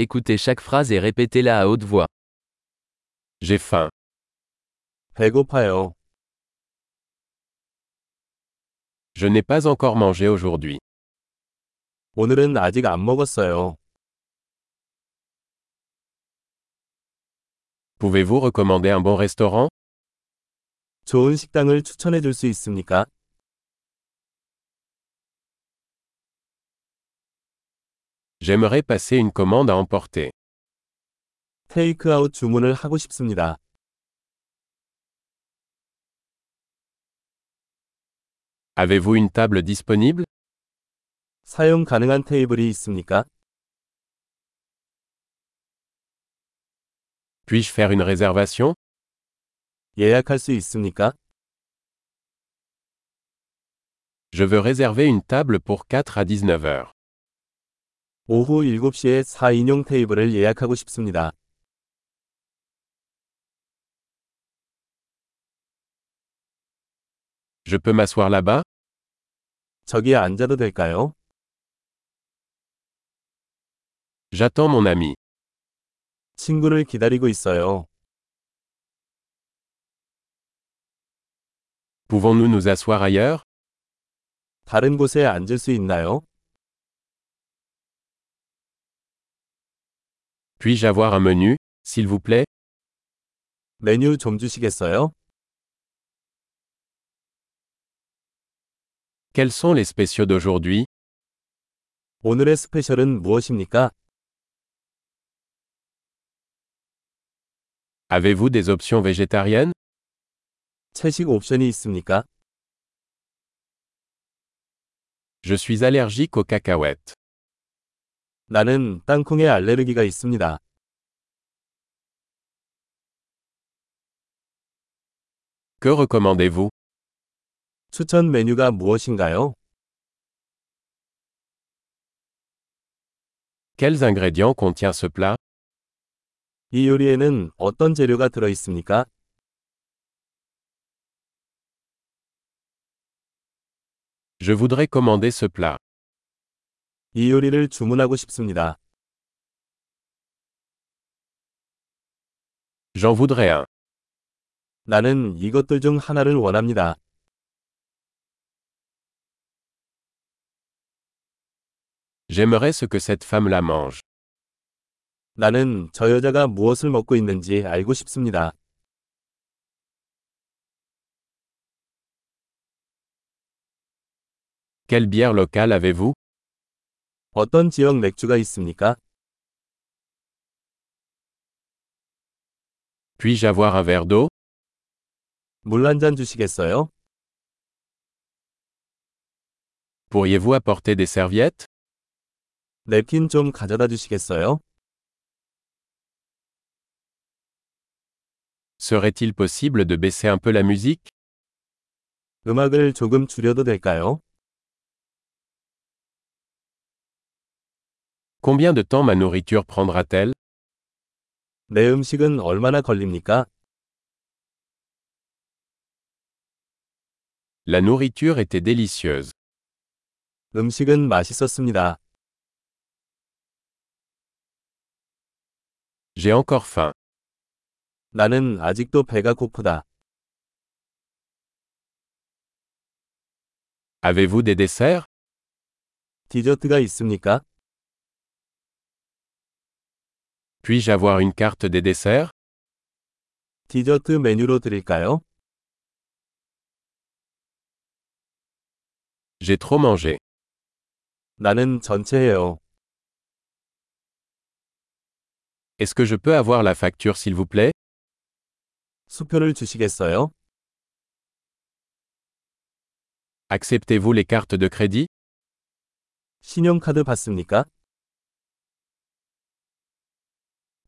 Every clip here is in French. Écoutez chaque phrase et répétez-la à haute voix. J'ai faim. 배고파요. Je n'ai pas encore mangé aujourd'hui. 오늘은 아직 안 먹었어요. Pouvez-vous recommander un bon restaurant 좋은 식당을 추천해 줄 수 있습니까? J'aimerais passer une commande à emporter. 테이크아웃 주문을 하고 싶습니다. Avez-vous une table disponible 사용 가능한 테이블이 있습니까? Puis-je faire une réservation 예약할 수 있습니까? Je veux réserver une table pour 4 à 19 heures. 오후 7시에 4인용 테이블을 예약하고 싶습니다. Je peux m'asseoir là-bas 저기 앉아도 될까요? J'attends mon ami. 친구를 기다리고 있어요. Pouvons-nous nous asseoir ailleurs 다른 곳에 앉을 수 있나요? Puis-je avoir un menu, s'il vous plaît 메뉴 좀 주시겠어요? Quels sont les spéciaux d'aujourd'hui 오늘의 스페셜은 무엇입니까? Avez-vous des options végétariennes 채식 옵션이 있습니까? Je suis allergique aux cacahuètes. 나는 땅콩에 알레르기가 있습니다. Que recommandez-vous 추천 메뉴가 무엇인가요? Quels ingrédients contient ce plat 이 요리에는 어떤 재료가 들어 있습니까? Je voudrais commander ce plat. 이 요리를 주문하고 싶습니다. J'en voudrais un. 나는 이것들 중 하나를 원합니다. J'aimerais ce que cette femme la mange. 나는 저 여자가 무엇을 먹고 있는지 알고 싶습니다. Quelle bière locale avez-vous 어떤 지역 맥주가 있습니까? Puis-je avoir un verre d'eau 물 한 잔 주시겠어요? Pourriez-vous apporter des serviettes 냅킨 좀 가져다 주시겠어요? Serait-il possible de baisser un peu la musique 음악을 조금 줄여도 될까요? Combien de temps ma nourriture prendra-t-elle 내 음식은 얼마나 걸립니까? La nourriture était délicieuse. 음식은 맛있었습니다. J'ai encore faim. 나는 아직도 배가 고프다. Avez-vous des desserts 디저트가 있습니까? Puis-je avoir une carte des desserts 디저트 메뉴로 드릴까요? J'ai trop mangé. 나는 전체예요. Est-ce que je peux avoir la facture s'il vous plaît 수표를 주시겠어요? Acceptez-vous les cartes de crédit 신용카드 받습니까?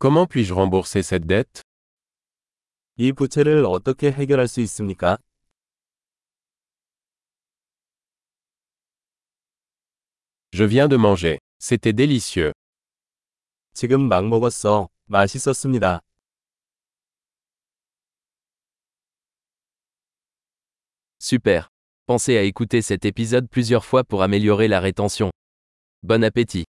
Comment puis-je rembourser cette dette 이 부채를 어떻게 해결할 수 있습니까? Je viens de manger. C'était délicieux. 지금 막 먹었어. 맛있었습니다. Super. Pensez à écouter cet épisode plusieurs fois pour améliorer la rétention. Bon appétit.